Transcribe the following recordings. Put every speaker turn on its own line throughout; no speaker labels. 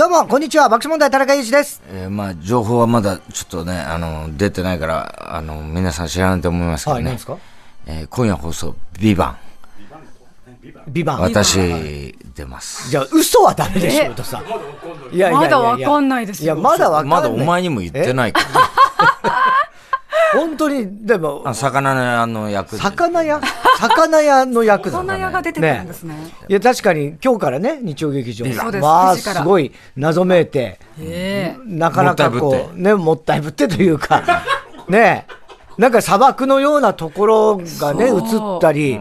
うも、こんにちは。爆笑問題、田中裕二です。
えーまあ、情報はまだちょっとね、あの、出てないから、あの、皆さん知らないと思いますけど
は
ね。
い何ですか
えー今夜放送、ビバン。
ビバン。
私、出ます。
じゃあ、嘘はダメでしょ、
え
とさ。いやいやいやいや
まだわかんないですよ
いや、まだわかんな
ま
い。
だお前にも言ってないから。
本当に、でも
あ、魚のあの役で。
魚屋魚屋の役だ
こんな
ね。
屋が出てくるんですね。
いや、確かに、今日からね、日曜劇場。
そうです
まあ、
9時から
すごい、謎めいて、
え
なかなか
もったい
こ
ぶ
う、
っ
ね、もったいぶってという か、ねえ、なんか砂漠のようなところがね、映
そう
ったり、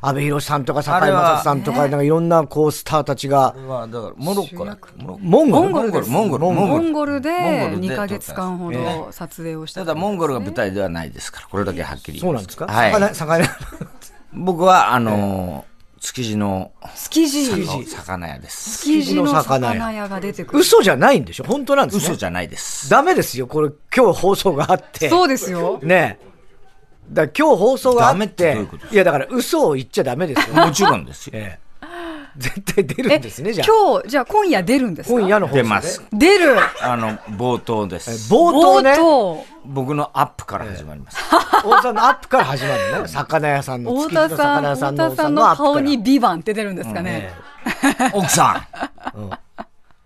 阿部寛さんとか、坂井正人さんとか、なんかいろんなこう、スターたちが、
まあ、だから、モロッコだっけモロッコ
モンゴ
モ
ル
ンゴルです。
モンゴルモンゴル
モンゴルで
モンゴルで
2ヶ月間ほど撮影をした
た
と。
だ、モンゴルが舞台ではないですから、これだけはっきり言
そう
い
な
ま
んですすか
はい。
魚屋。
僕は、あの、築地の
築地。
魚屋です。
築地の
魚屋
魚屋が出てくる。
嘘じゃないんでしょ本当なんですね。
嘘じゃないです。
ダメですよ、これ、今日放送があって。
そうですよ。
ねえ。だから今日放送があ
ダメ
っ
って
て
どういうことで、
いや、だから嘘を言っちゃダメ ですよ。
もちろんですよ。
ええ絶対出る
え、
んですね、じゃあ。
今日、じゃあ今夜出るんですか
今夜の放送
出
で。
ます。
出る。
あの、冒頭です。
冒頭ね。
冒
僕のアップから始まります。
大田さんのアップから始まるのね。魚屋さんの、
頭
築地
太
の
田さん、
魚屋さ
太
んの
田
大
さ
田
ん
のア
の
ップから
顔にビバンって出るんですかね
え。
奥さ ん、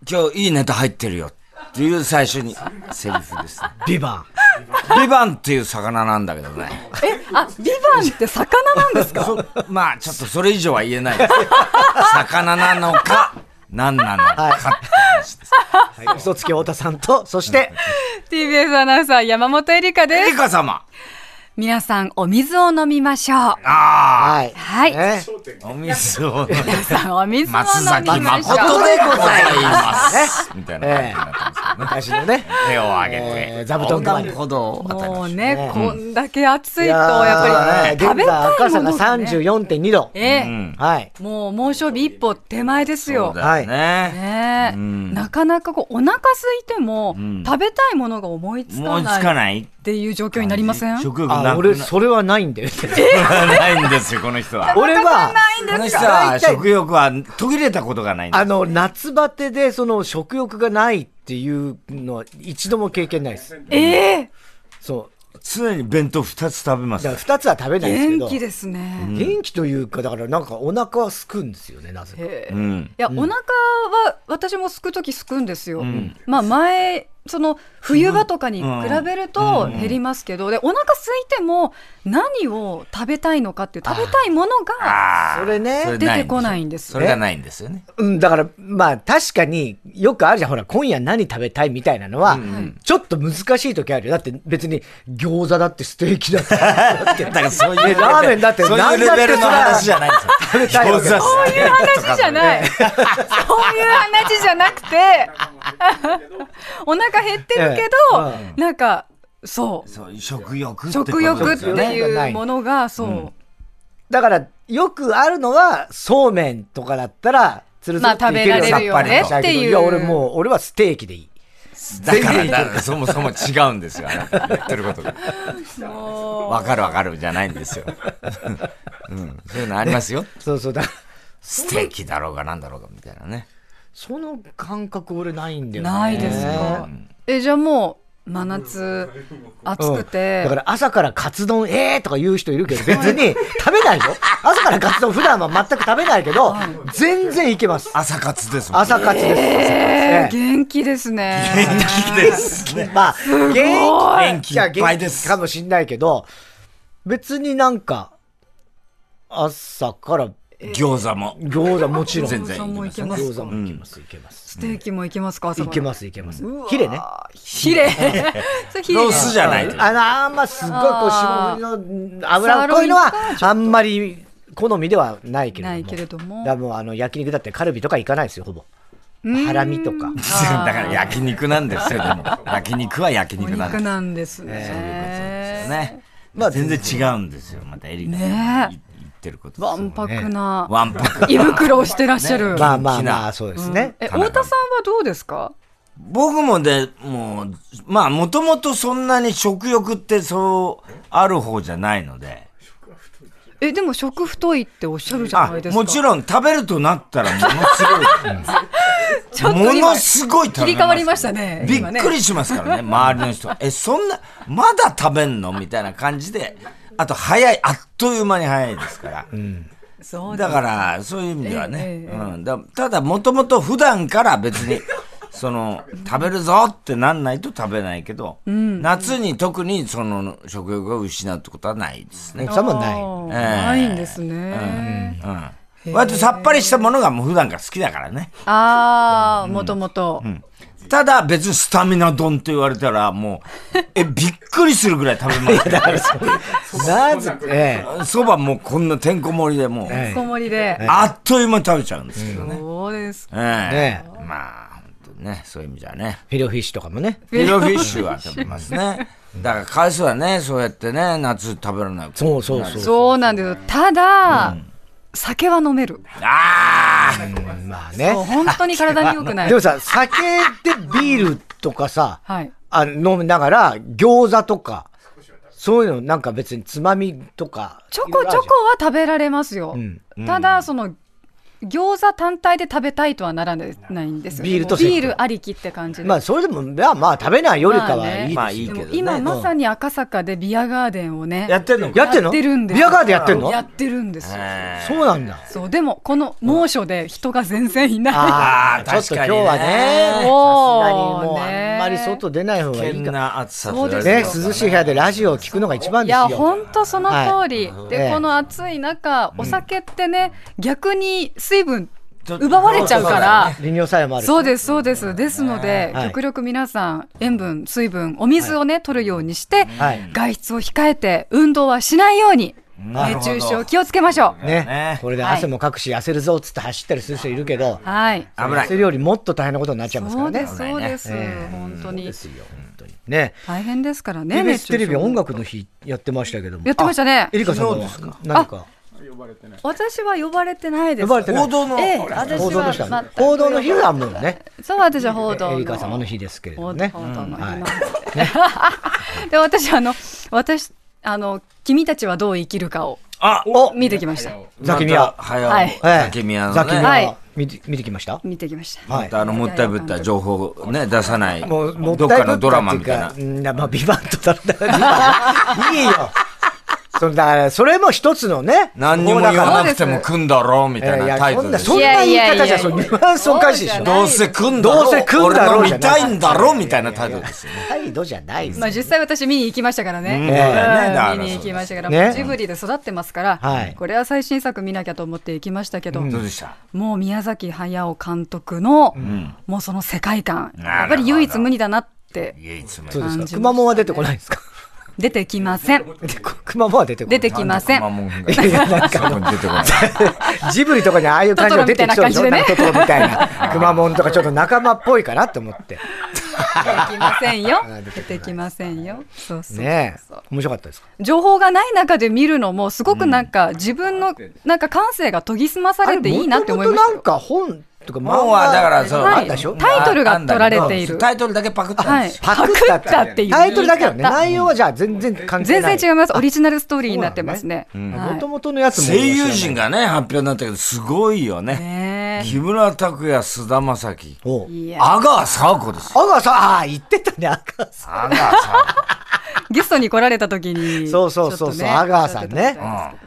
今日いいネタ入ってるよっていう最初にセリフですね。
えビバ
ビバンっていう魚なんだけどね。
え、あ、ビバンって魚なん ですか
まあちょっとそれ以上は言えないです。魚なのか、何なのかって話です。
ン。はい嘘つき太田さんと、そして、
?TBS アナウンサー山本恵里香で
エ
す。
リカ様
皆さん、お水を飲みましょう。
ああ
はい。
はい
ね
お 水を飲み
皆さん、お水を
松
飲
崎
みましょう。
誠でございます。
ね
みたいな感じになってますけどね。
昔のね。
手を挙げ
えー
て、
座布団代わり
横断歩道を渡り
も
ま
う
した
ね、こんだけ暑い
い
と、やっぱり、
ー
食べ
現在
た
赤
いも
坂
のですね。
34.2度。
え
うん
え、
はい。
もう猛暑日一歩手前です
そ
よ
う。だよね。
ねえ
うん
なかなかこうお腹空いても、食べたいものが思いつ
思
か
いつか
ないっ
ない
ていう状況になりません
食欲な
あ、
くな
俺、それはないんだよね。
ないんですよ、この人 は。
俺は、
この人は食欲は途切れたことがないんで
あの、夏バテで、その、食欲がないっていうのは、一度も経験ないです。
ええ
そ
す。常に弁当二つ食べま
う。
す
だから、。二つは食べないですけど。
元気ですね。
元気というか、だから、なんか、お腹はすくんですよね、なぜか。
ええ
うん。
いや、お腹は私もすくときすくんですよ。まあ前、その冬場とかに比べると減りますけど、で、お腹空いても何を食べたいのかっていう食べたいもの
あ
が、
ー
それね
出てこないんですよ
それがないんですよね。
うん、だから、まあ、確かによくあるじゃん。ほら、今夜何食べたいみたいなのは、ちょっと難しい時あるよ。だって、別に、餃子だって、ステーキだ って。
だからそういうレベル。
ラーメンだって
そういうレベルの話じゃないんですよ。食べ
たいわけ
そういう話じゃない。そういう話じゃなくて、お腹減ってるけど、なんか、そう。
そういう食欲ってこと
食欲
で
っ
す
て
よね。
いうものが、そう。
だから、よくあるのは、そうめんとかだったら、つるつるっていけ
まあ食べられ
るよね
さぱりと
っていう
いや、俺もう、俺はステーキでいい。
だから、だからそもそも違うんですよ。あなたの言ってることが。わかるわかるじゃないんですよ。うん。そういうのありますよ。
そうそうだ。
ステーキだろうがなんだろうがみたいなね。
その感覚俺ないんだよね。
ないですか。え、じゃあもう、真夏、暑く
だか
て、
ら朝からカツ丼ええーとか言う人いるけど、別に食べないよ。朝からカツ丼普段は全く食べないけど、全然いけます。
朝活ですもん。
朝カツです。
えー
ええ
元気ですね。
元気ですね。
まあ、元
元
気
気いっぱいで
じ
す
ゃ元気か。もしんないけど、別になんか、朝から
餃子も。
餃子もちろん。
全然
餃子もいけます
餃子
か。
もいけます、いけます。
ステーキもいけますか、朝
い
から
けます、いけます
うわ。ー
ヒレね。
ヒレ。 それヒレ
ロースじゃない。
あの、あんますっごいこう、
あー
霜降りの油っこいの
サーロイン
は
か、
あんまり好みではないけれども。
ないけれども
だからもう、あの、焼肉だってカルビとか行かないですよ、ほぼ。ハラミとか。
だから焼肉なんですよ、でも。焼肉は焼
お
肉なんで
肉
すよ
なんですね。
ね。
まあ
全然違うんですよ、またエリナ
ね
が言ってること
わんぱくな
わんぱく。
胃袋をしてらっしゃる。
まあまあ
元気な
まあ、そうですね。
え、太田さんはどうですか
僕もで、もう、まあ、もともとそんなに食欲ってそう、ある方じゃないので。
え、でも食太いっておっしゃるじゃ
あ
ないで、すか。
もちろん食べるとなったらものすごい。
ちょっと
も
今
のすごい食べます
切り替わりましたね
びっ
今ね
くりします からね、周りの人。え、そんな、まだ食べんのみたいな感じで、あと早い、あっという間に早いですから。
そう
だから、そういう意味ではね。
ええええ
うん、だただ、もともと普段から別に、その、食べるぞってなんないと食べないけど、夏に特にその食欲を失うってことはないですね。
さもない。
ええ
ないんですね。
うん。割とさっぱりしたものがもう普段から好きだからね。
ああ、もともと。
ただ別にスタミナ丼って言われたらもう、え、びっくりするぐらい食べます
なぜ、え
そばもうこんなてんこ盛りでもう、
え
小盛りで。
あっという間に食べちゃうんですけどね。
そうですか。
ええ
ね
まあ、本当にね、そういう意味じゃね。
えフィレオフィッシュとかもね。
フィロフィッシュは食べますね。だから、かわいそうだね、そうやってね、夏食べられない。
そうそうそう。
そうなんですよ。ただ、酒は飲める。
ああ
うんまあ
もう
ね。
本当に体に良くない
で。もさ、酒でビールとかさ、
はい。
あ飲みながら、餃子とか、そういうのなんか別につまみとか。
チョコチョコは食べられますよ。
ん
ただ、その、餃子単体で食べたいとはならないんですよね。
ビールとセット
ビールありきって感じで。
まあそれでも、まあまあ食べないよりかはいいですよ
まあいいけどね。
でも今まさに赤坂でビアガーデンをね、
やってんのか
やってんの
やってるんです
ビアガーでやってんの
やってるんですよ。
ええ
そうなんだ。
そう、でも、この猛暑で人が全然い な
あ
ー
あ、ちょっと
確か
今
に
日
ね
はね、さすがにもう
そうね
あんまり外出ない方がい
危
い
険
か
な暑さ
そうです
ね、
よ
涼しい部屋でラジオを聞くのが一番
い。い
ですよ。
や、ほんとその通り。
え
で、
え
この暑い中、お酒ってね、逆に水分
ちょっと
奪われちゃうから、
利尿作用もある。
そうです、そうです。ですので、
はい
極力皆さん、塩分、水分、お水をね、取るようにして、
はい
外出を控えて、運動はしないように、
なる
熱
ほど
中症気をつけましょう。
ね
ね。
これで汗もかくし、焦るぞっつって走ったりする人いるけど、
はい。
危ない
それよりもっと大変なことになっちゃいますか
そ
ら
う
ね。
です、そうです。
ええ
本当
そう
に
で。すよ、本当に。ね。
大変ですからね、熱
TBS
中症
テレビは音楽の日やってましたけども。
やってましたね
あエ。リカさんは何か。
私は呼ばれてないです。
呼ばれてない
報道の、
ええ、私
報道で
は
した
全
ね
く。
報道の日はもうね、
そう、私は報道の。
エリカ様の日ですけれど
報
も
道
ね。
報道の日
は
なん
い
で。で、私、あの、私、あの、君たちはどう生きるかを
あ
お
見てきました。
ザキミヤ
また早尾
はい
はい
ザキミヤの
ザキミ
ね。
はい
ヤ見て見てきました
見てきました。
は
またあの、もったいぶった情報をね、出さない。
もう、も
ど
っ
った
い
か
ぶっ
の
た
ド
っ
ラ
て
マ
い
み
う
たい
か
な、。
うんまあ、ビバントだったら、ビバンいいよ。 それだから、それも一つのね、
何にも言わなくて
そう
も
です
組んだろみたい
い
な
や
タイ
そ
ト
ん
ル
な、
で
そん
し
な言い方じゃ、
いやいやいや
そのニュアンスおかしいでしょ。
そうじゃない
どうせ組んだろ
どうせ組んだろ
俺も見たいんだろみたいなタイトルですよね。
態度じゃないです
まあ、実際私見に行きましたからね。
うん
うん
だからねだから
見に行きましたから、
ね
もうジブリで育ってますから、
はい
これは最新作見なきゃと思って行きましたけど、
どうでした
もう宮崎駿監督の、もうその世界
なる
観、
ほど
やっぱり唯一無二だなって
いや、いつも。
そうです
感
か。
じ
熊門は出てこないんですか
出てきません。
熊門は出てこな
出
い。
てきません。
なんで熊門 がそこに出てこない。
ジブリとかにああいう感じが出てきそうでしょ
トトロみたい
なんかトトロ
な感じでね
みた いな。熊門とかちょっと仲間っぽいかなと思って。
出てきませんよ
出てこな。い
出てきませんよ。そうそう。
ねえ。面白かったですか
情報がない中で見るのも、すごくなんか、自分の、なんか感性が研ぎ澄まされていいなって思いました
あれ元々な
よ
ん。か本とか漫
もうは、だから、そう、
はい
あったでしょ
タイトルが取られている
ああんだけどタイトルだけパクったん
は
で
い
すよ。。
パクったって
パクっていう。
タイトルだけだね。
言い方
内容はじゃあ全然関係
全
ない。
然違います。オリジナルストーリーになってますね。
もと
は
もとのやつも。
声優陣。がね、発表になったけど、すごいよ
い
ね。
ね
木村拓哉、菅田将暉、
おう
え。いや。
阿川佐和子ですよ。
阿川さん、ああ、言ってたね、阿川さ
阿川佐 和子。
ゲストに来られた時に。
そうそうそうそう阿川さんね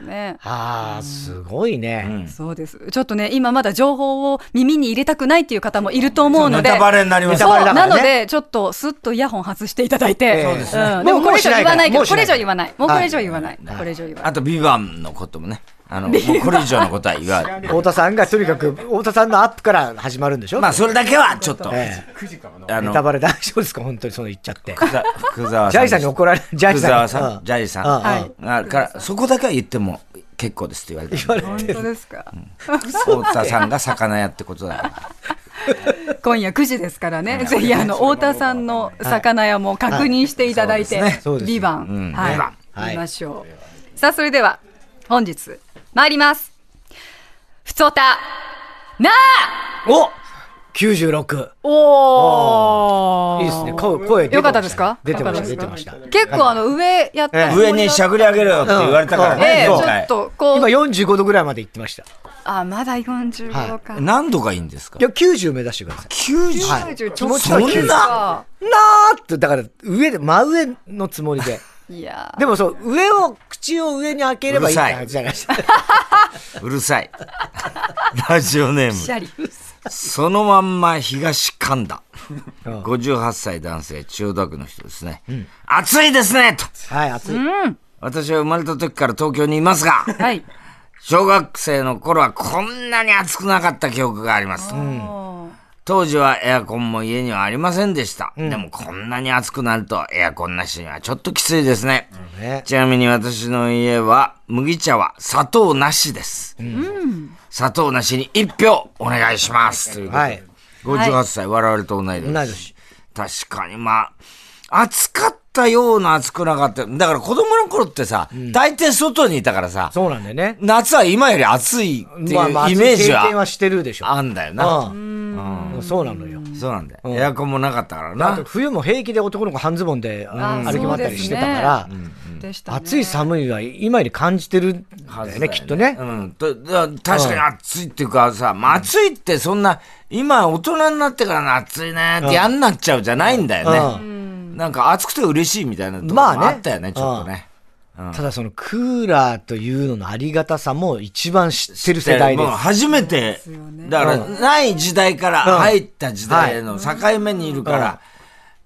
んね。
ん。ああ、すごいね。
そうです。ちょっとね、今まだ情報を耳に入れたくないっていう方もいると思うので。
ネタバレになります
そう
ネタバレだから
な
ね
ので、ちょっとスッとイヤホン外していただいて。
そうです
んでもこれ以上言わない
も
けど、
うし
こ
な
れ
いか
以
ら
上言わない。もうこれ以上言わない。これ以上言わない。
あと、ビバンのこともね。あの、もうこれ以上のことは言わない。
太田さんがとにかく、太田さんのアップから始まるんでしょ
まあ、それだけは、ちょっと。
ええ
あ
ネ
の
タ、バレ大丈夫ですか本当にその言っちゃって。
福沢福沢
ジ
さ
ャ
んで
イ
す。
さんに怒られ、ジャイ
福
さん
沢
に。
さん、ジ
ャ
ャイさん。
うんうん
はい
だから、そこだけは言っても結構ですって言われてる。
本当ですか。
太田さんが魚屋ってことだから。
今夜9時ですからね。ぜひ、あの、太田さんの魚屋も確認していただいて、
そうですね
ビバン。
ビバ
はい。
はい
見ましょう。さあ、それでは、本日、参ります。ふつおた、なあ
お96。
おお
いいですね。声、声出てましたね
よかったですか
出てました、出
よ
て
かった
ま
で
し
す
た。
結構あの上やったつもりだ
上にしゃぐり上げろよって言われたから
え
ね、
えちょ
今
っ
回。
とこ
今
う
45度ぐらいまで行ってました。い
あまだ45か、
何度がいいんですか
や、90目指してください。
?90?
はい
90ち
気
ょっ
持
と
ちは
そんな
なーって、だから、上で、真上のつもり で。
いやー
でもそう、上を、口を上に開ければいいって話じゃない ですか。
うるさい。 ラジオネ
シ
ーム。
ャリ
そのまんま東神
う
田。
ん
58歳男性、千代田区の人ですね。暑いですねと。
はい、熱い。
私は生まれた時から東京にいますが、
はい
小学生の頃はこんなに暑くなかった記憶があります。
おー
当時はエアコンも家にはありませんでした。でもこんなに暑くなるとエアコンなしにはちょっときついですね。
ね
ちなみに私の家は麦茶は砂糖なしです。砂糖なしに1票お願いします。ということで、
はい
58歳、我々と同い年。
同い年
確かにまあ、暑かったような暑くなかった。だから子供の頃ってさ、大抵外にいたからさ、
そうなんだよね。
夏は今より暑いっていうイ
まあまあ、
メージ
経験
は
はしてるでしょ。
あんだよな。
うん。そうなのよ。
そうなんだよ。エアコンもなかったから
あ
な
と。冬も平気で男の子半ズボンであ
うん
の歩き回ったりしてたから、
でしたね
暑い寒いは今より感じてるん
は
だ
ず
よね、きっとね
う。ん。とだ確かに暑いっていうかさ、まあ暑いってそんな、今大人になってからの暑いねって嫌になっちゃうじゃないんだよ
う
ね。なんか暑くて嬉しいみたいなとこも
まあね
あったよね、ちょっとね。
ただそのクーラーというののありがたさも一番知ってる世代で
もう初めて
すよ、ね
だからない時代から入った時代の境目にいるから、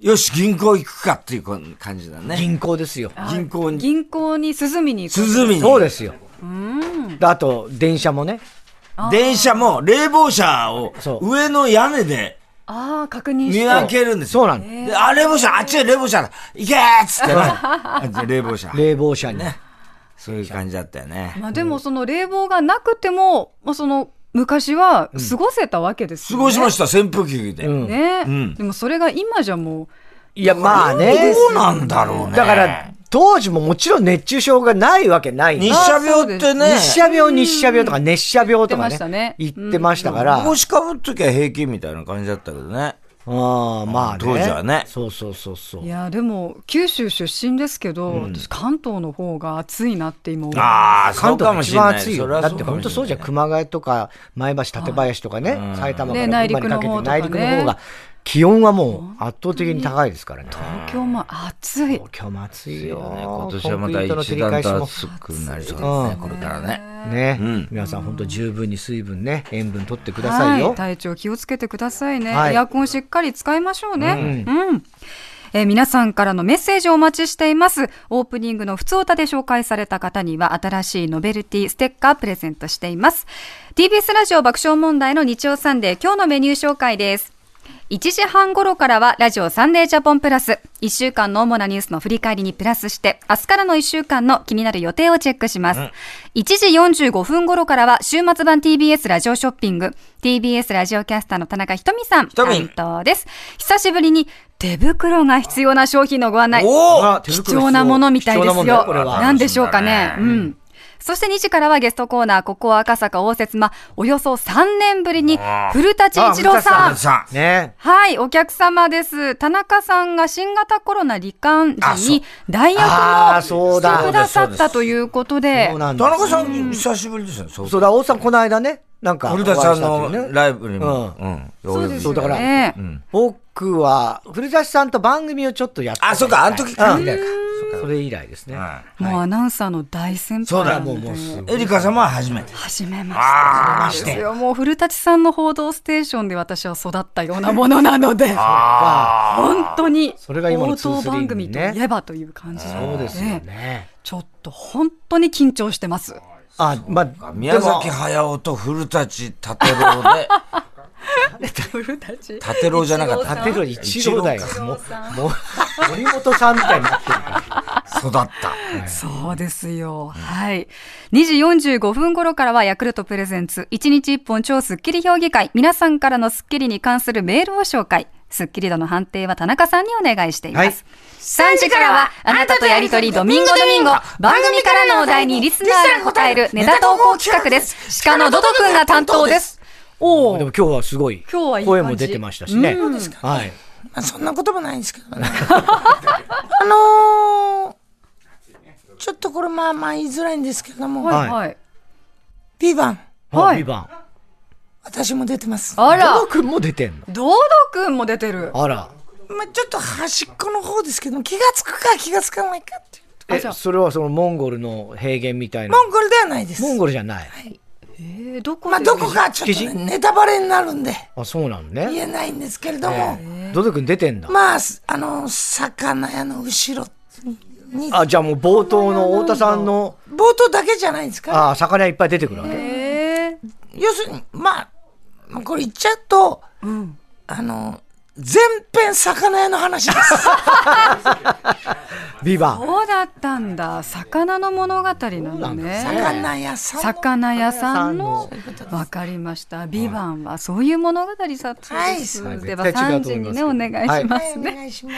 よし、銀行行くかっていう感じだ
す。
ね。
銀行ですよ。
銀行に、
銀行に涼みに行く
涼みに。
そうですよ。であと、電車もね。
電車も冷房車を
そう
上の屋根で
ああ確認
見
し
分けるんですよ。
そうなの。
であ、冷房車、あっちへ冷房車だ。行けーっつってね。あっち冷房車。
冷房車に。
そういう感じだったよね。
まあでもその冷房がなくても、まあ、その昔は過ごせたわけです
過
よ
ごしま
し
した、扇風機で。
ん
ね、
ん
でもそれが今じゃもう
いや、まあね。
どうなんだろうね。
だから、、当時ももちろん熱中症がないわけない。
日
日
射病ってね、
射病、日射病とか熱射病とか
言ってました
ね
ね。
言ってましたから。
帽子かぶっときゃ平気みたいな感じだったけどね。
ああ、まあね。
当時はね
そうそうそうそう
い。やでも九州出身ですけど、私関東の方が暑いなって今思う
ああ、そ
関
うか
東
も
が
し
一番暑い
れない。
よ。
それは
だっ
う
て
かも
本当そうじゃん。
しれない
熊谷とか、前橋、館林とかね、埼玉から
ね内
群馬にか
陸の
けて
方とかね
内陸の方が、気温はもう圧倒的に高いですからね。
東京も暑い
東京も暑い
いい
よ。
よね今年はまた
コンクリートの照
一
り返
段
し
と
も
暑くなりそうですね、これからね。
ね、
うん
皆さん本当十分に水分ね、塩分取ってください
は
よ。
い、体調気をつけてくださいね、
はい
エアコンしっかり使いましょうね。うん、えー皆さんからのメッセージをお待ちしています。オープニングの普通歌で紹介された方には新しいノベルティステッカープレゼントしています。TBS ラジオ爆笑問題の日曜サンデー今日のメニュー紹介です。1時半頃からはラジオサンデージャポンプラス。1週間の主なニュースの振り返りにプラスして、明日からの1週間の気になる予定をチェックします。1時45分頃からは週末版 TBS ラジオショッピング。TBS ラジオキャスターの田中ひとみさん。
とみん
担当です。久しぶりに手袋が必要な商品のご案内。
おー
あ手
貴
袋
重なものみたいです
貴重なもんだ
よ。
これは
何でしょうかね。
う
うん。そして2時からはゲストコーナー、ここ赤坂応接間、およそ3年ぶりに、古舘一郎
あ
さん
古舘。
さあ
ね。
はい、お客様です。田中さんが新型コロナ罹患
あ
時
そう
に代役
あ
を
ーそ
し
う
て
だ
くださったということで
そう、なん
田
だ。
中さん、久しぶりですよね、そう
そうだ、大さんこの間ね、なんか、
古田さんの
お会いしたっていうね
ライブにも。
う
うん。
そうです
そ
よ
うだから
ね。
僕は、古舘さんと番組をちょっとやって
あ、そうか、あの時から
う
み
ん
たいか。
それ以来ですね。
は
もうアナウンサーの大先
そうだ
輩な
もう、
の
もうす
で。
ごい
い。エリカ様は初めて。
初め
あー
ましてですよ。もう古舘さんの報道ステーションで私は育ったようなものなので、本当に
それが今の
報
ツー
道
スリー
番組といえばという感じな
そう
ので
ですよね。
ちょっと本当に緊張して ます。
あ、まあ、
宮崎駿と古 舘立郎で、
古舘
立郎じゃなかった。
でも、立てる一郎だよ
一。
もう、もう、森本さんみたいになってるから。
育った。
そうですよ。はい。2時45分頃からはヤクルトプレゼンツ、1日1本超スッキリ評議会、皆さんからのスッキリに関するメールを紹介。スッキリ度の判定は田中さんにお願いしています。3時からは、あなたとやりとりドミンゴドミンゴ、番組からのお題にリスナーが答えるネタ投稿企画です。鹿のドド君が担当です。おお
でも今日はすごい
今日はいい感じ
声も出てましたしね。
うん
はい。
まあ、そんなこともないんですけどね。 あのー、ちょっとこれまあまあ言いづらいんですけども、
はいはい。
ビバン、
は。
はいい
ビバン。
私も出てます。ま
あ
ドド
ら、
君も出てんの。
堂々くんも出てる。
あら。
あ、ちょっと端っこの方ですけども、気がつくか気がつかないかっていう。
あ
え、
じゃあ
それはそのモンゴルの平原みたいな。
モンゴルではないです。
モンゴルじゃない。
えー、どこ
まあ、
で
どこかちょっとね、ネタバレになるんで、
あ、そうなの
言
ね。
えないんですけれども、
ドド君出てんだ。
まあ、あの、魚屋の後ろに、
あ、じゃあもう冒頭の太田さんの、
冒頭だけじゃないですか。
あ、魚いっぱい出てくるわけ。
えー、
要するに、まあ、まあこれ言っちゃうと、あの、全編魚屋の話で す。
ビバン。
そうだったんだ。魚の物語なの
そう
ね。
魚屋さんの。
魚屋さんのわかりました。ビバンはそういう物語撮影です。
はい
では
絶対違う
3
と思
時
いますけ
にね
ど
お願いします
お
ね。
願いしま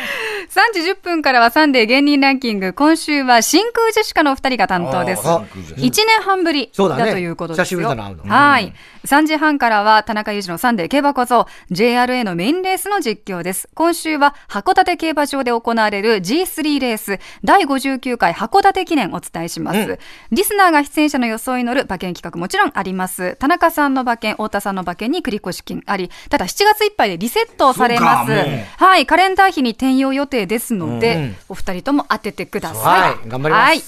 す。
3時10分からはサンデー芸人ランキング。今週は真空ジェシカのお二人が担当です。
あ
1年半ぶり
そうだね
だということですよ。
久しぶりだな会うの
はい。3時半からは田中裕二のサンデー競馬こそ JRA のメインレースの実況です。今週は函館競馬場で行われる G3 レース第59回函館記念お伝えします。リスナーが出演者の予想に乗る馬券企画もちろんあります。田中さんの馬券、太田さんの馬券に繰越金あり、ただ7月いっぱいでリセットされま
そうか
す。はい、カレンダー費に転用予定ですので、お二人とも当ててください。
はい頑張ります
はい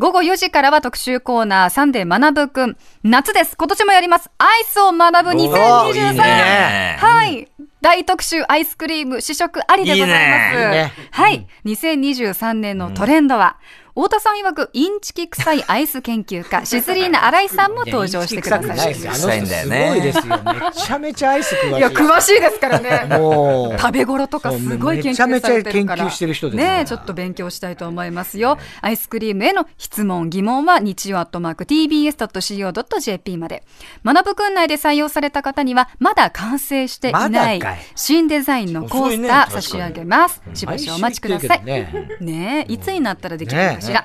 午後4時からは特集コーナー、サンデー学ぶくん。夏です。今年もやります。アイスを学ぶ
おーいい
2023。
ね
はい。大特集アイスクリーム試食ありでございます。
いいねいいね
はい。2023年のトレンドは、太田さん曰くインチキ臭いアイス研究家、シスリーナ新井さんも登場してくだ
いや
さ
イン
い。
チ
い
キ臭くないですよ。あ
臭い
の
ん
人
だよ
す
ね
ごいですよ。めちゃめちゃアイス詳しい。
や、詳しいですか らね。
もう。
食べ頃とかすごい研究されてるから
めちゃめちゃ研究してる人ですから
ねえちょっと勉強したいと思いますよアイスクリームへの質問疑問は日曜アットマーク TBS.CO.jp まで学ぶくん内で採用された方にはまだ完成してい
ま
な
だ
い
かい
新デザインのコースター差し上げます、しば
毎
し
週
お待ちください
言ってるけどね
ねえ、いつになったらできるのかしら。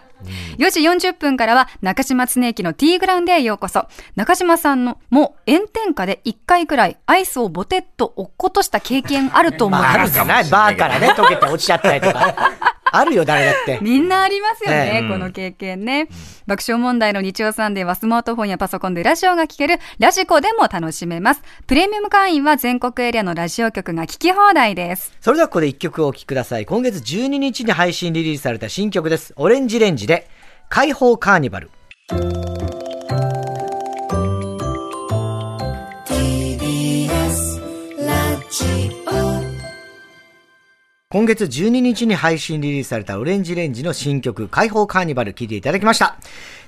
4時40分からは中島恒之のティーグラウンドへようこそ。中島さんのもう炎天下で1回くらいアイスをボテッと落っことした経験あると思い
まあ、あ
ま
る
す。
じゃないバーからね、溶けて落ちちゃったりと か。あるよ、誰だって。
みんなありますよね、
ええ
この経験ね。爆笑問題の日曜サンデーはスマートフォンやパソコンでラジオが聴けるラジコでも楽しめます。プレミアム会員は全国エリアのラジオ局が聴き放題です。
それではここで一曲お聴きください。今月12日に配信リリースされた新曲です。オレンジレンジで、解放カーニバル。今月12日に配信リリースされたオレンジレンジの新曲、解放カーニバル聴いていただきました。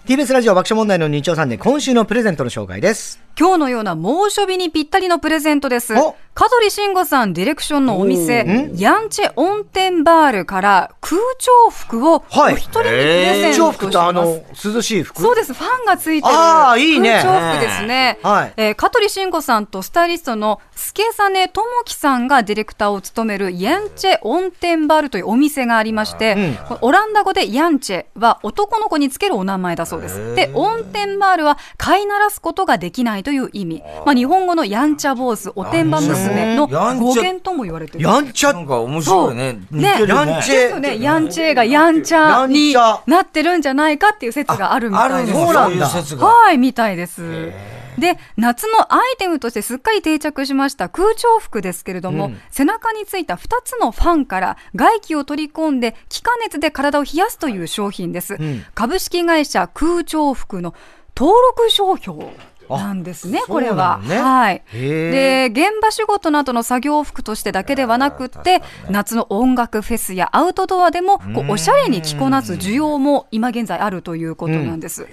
TBS ラジオ爆笑問題の日曜さんで今週のプレゼントの紹介です。
今日のような猛暑日にぴったりのプレゼントです。香
お
取慎吾さんディレクションのお店
おー、
ヤンチェ温天バールから空調服をお
はい
一人にプレゼン
重
トし
服
ます。
とあの、涼しい服。
そうです、ファンがついてる
あーいいね
空調服ですね。
はい
えー香取慎吾さんとスタイリストの助実智樹さんがディレクターを務めるヤンチェオンテンバルというお店がありまして、これオランダ語でヤンチェは男の子につけるお名前だそうです。で、オンテンバールは飼いならすことができないという意味。まあ、日本語のやんちゃ坊主、おてんば娘
や
の
んちゃ
語源とも言われてる。
やんちゃ
なんか面白いね。
そう
似
ね
てるね。
やんちゃ
ですよね、やんちェがやんちゃになってるんじゃないかっていう説があるみた
ある
い
ん
で
ですす
よ
そうなんだ
そういう説が。
はい、みたいです。で、夏のアイテムとしてすっかり定着しました空調服ですけれども、背中についた2つのファンから外気を取り込んで気化熱で体を冷やすという商品です。株式会社空調服の登録商標なんですね、
あ
これは。
そうなのね
はい。
へ
で、現場仕事などの作業服としてだけではなくって、夏の音楽フェスやアウトドアでも、こうおしゃれに着こなす需要も今現在あるということなんです。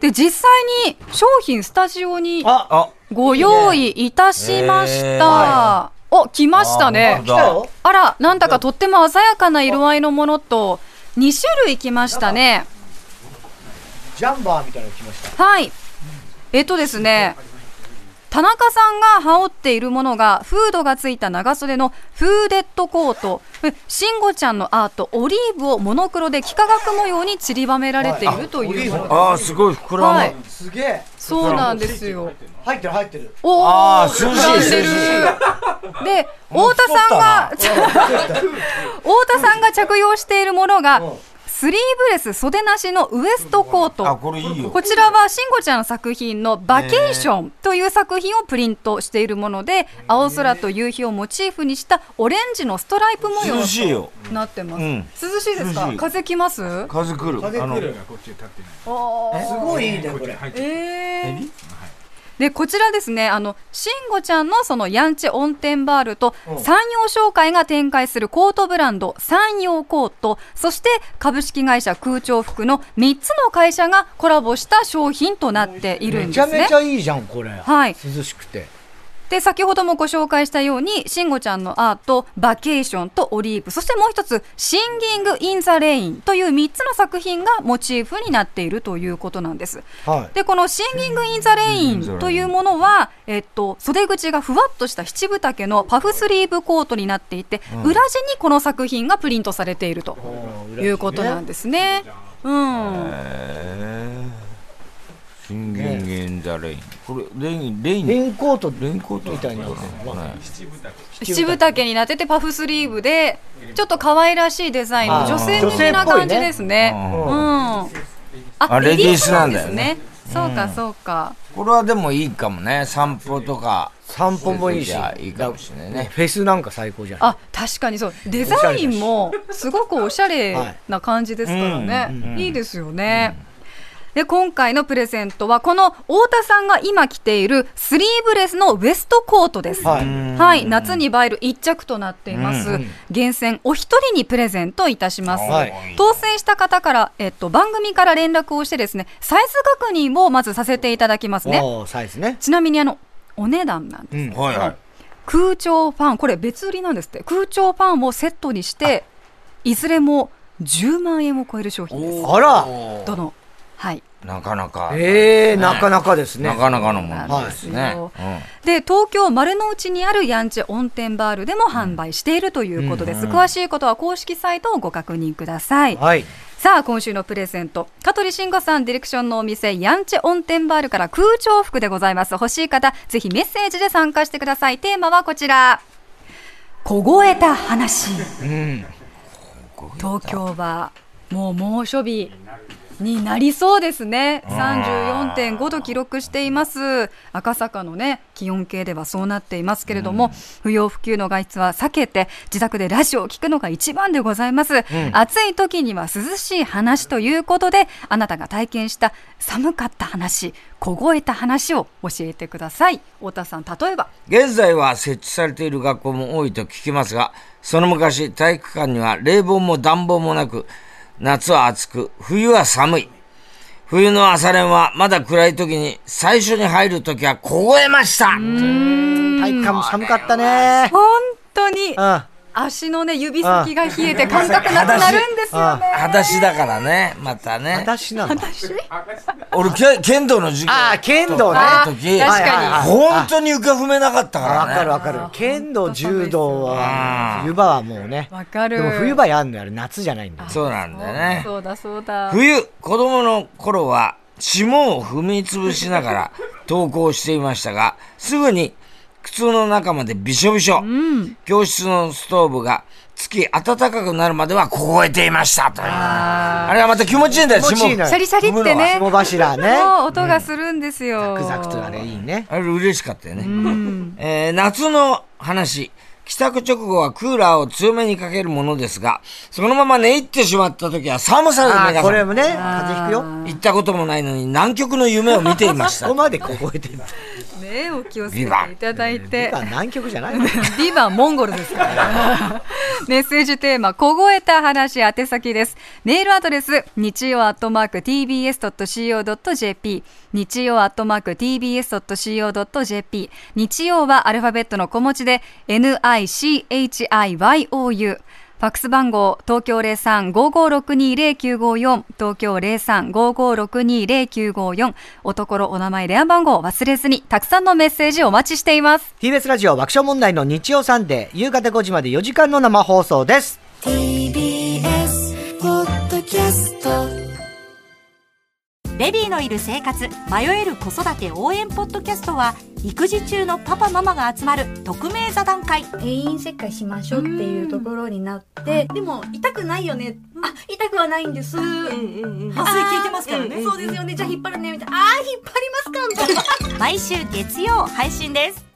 で、実際に商品スタジオに
あ、
ご用意いたしました。お、来ましたね
あ。来たよ
あら、なんだかとっても鮮やかな色合いのものと、2種類来ましたね。
ジャンバーみたいなの来ました。
はい。えっとですね、田中さんが羽織っているものがフードがついた長袖のフーデッドコート慎吾ちゃんのアートオリーブをモノクロで幾何学模様に散りばめられているというもの
ああ、すごい膨らむ。
はい
すげえ
そうなんですよ
入ってる入ってる
あ
おお
あ、涼しい、
膨らんで
涼
る
しい。
で太田さんが 太田さんが着用しているものがスリーブレス袖なしのウエストコート
あ、これいいよ。
こちらは慎吾ちゃんの作品の「バケーション」という作品をプリントしているもので青空と夕日をモチーフにしたオレンジのストライプ模様
涼しい
に
よ。
なってます
うん
涼しいです
涼
か
しい
風来ますあ
風来る。
風
あ
来
の
る
こっち立ってない。
ー
すごいいいねこれ
入って
えー
襟
でこちらですね、あの慎吾ちゃんのそのヤンチェ温店バールと山陽商会が展開するコートブランド山陽コート、そして株式会社空調服の3つの会社がコラボした商品となっているん
め
で
ちゃ
す
め
ね
ち。ゃいいじゃんこれ
はい
涼しくて
で先ほどもご紹介したように慎吾ちゃんのアートバケーションとオリーブそしてもう一つシンギング・イン・ザ・レインという3つの作品がモチーフになっているということなんです。
は
でこの「シンギング・イン・ザ・レイン」というものは、えっと、袖口がふわっとした七分丈のパフスリーブコートになっていて、裏地にこの作品がプリントされていると
い
いうことなんですね。うん、
えー。シンギンギンザレイン。これ、レイン、レイン。
レインコート
レインコート
みたいになってる
そうだね
七分丈になっててパフスリーブでちょっと可愛らしいデザインの
あー
女性的な感じですね。
女性っぽ
う
い
ね
ん、あ
あレディースなんだよね
レディースなんですねそうかそうか。
これはでもいいかもね。散歩とか。
散歩もいいし
じゃあいいかもしれないね
フェスなんか最高じゃん
あ確かにそうデザインもすごくおしゃれな感じですからね、
はいい
いですよね。で今回のプレゼントはこの太田さんが今着ているスリーブレスのウエストコートです。
はい
はい、夏に映える一着となっています。厳選お一人にプレゼントいたします。
はい
当選した方から、えっと、番組から連絡をしてですね、サイズ確認をまずさせていただきますね。
おーサイズね
ちなみにあの、お値段なんです
うん
はいはい。
空調ファンこれ別売りなんですって空調ファンをセットにしていずれも10万円を超える商品です
あら
どのはい
なかなか。
ええなかなかですね
なかなかのものですね。
そう
うん
で東京丸の内にあるヤンチェ温店バールでも販売しているということです、詳しいことは公式サイトをご確認ください、
はい
さあ今週のプレゼント香取慎吾さんディレクションのお店ヤンチェ温店バールから空調服でございます欲しい方ぜひメッセージで参加してくださいテーマはこちら凍えた話、東京はもう猛暑日になりそうですね34.5度記録しています赤坂のね気温計ではそうなっていますけれども、不要不急の外出は避けて自宅でラジオを聞くのが一番でございます、暑い時には涼しい話ということであなたが体験した寒かった話凍えた話を教えてください太田さん例えば
現在は設置されている学校も多いと聞きますが、その昔、体育館には冷房も暖房もなく、夏は暑く、冬は寒い。冬の朝練はまだ暗い時に最初に入る時は凍えました
体育館も寒かったね
本当に
うん
足のね指先が冷えて感覚なくなるんですよね
裸足だからね、またね。
私なの
俺、け剣道の授業
ああ剣道ね
あ
あ
の
確
時
か
あ
に
本当に床踏めなかったから
わ
ね。
かるわかる剣道柔道は冬場はもうね
わかる
でも冬場やんのやる夏じゃないんだよ
そうなんだよね。
そうだそうだ
冬、子供の頃は、霜を踏みつぶしながら登校していましたが、すぐに靴の中までびしょびしょ。教室のストーブが月暖かくなるまでは凍えていましたという。あれはまた気持ちいいんだよ、
気持ちいい
霜
の。よ
シャリシャリってね
霜柱ね
そう音がするんですよ、
ザクザクとあれいいね
あれ嬉しかったよね。えー夏の話。帰宅直後はクーラーを強めにかけるものですが、そのまま寝入ってしまった時は寒さで目
あ
が
ー
覚
こ
め
れもね風邪ひくよ
行ったこともないのに南極の夢を見ていまし
こ
た
こ。まで凍えてる
ねお気をつけていただいて
南極じゃない
ビバモンゴルですからねメッセージテーマ、凍えた話宛先です。メールアドレス、日曜アットマーク tbs.co.jp。日曜アットマーク tbs.co.jp。日曜はアルファベットの小文字で、nichihyou。ファックス番号、東京03-5562-0954、東京03-5562-0954、おところお名前、電話番号を忘れずに、たくさんのメッセージをお待ちしています。
TBS ラジオ爆笑問題の日曜サンデー、夕方5時まで4時間の生放送です。
TBS ポッドキャスト
ベビーのいる生活迷える子育て応援ポッドキャストは育児中のパパママが集まる匿名座談会
定員切開しましょうっていうところになって、でも痛くないよね、あ痛くはないんです麻
麻酔効いてますからね
そうですよねじゃあ引っ張るねみたいなあー引っ張りますかみたいな
毎週月曜配信です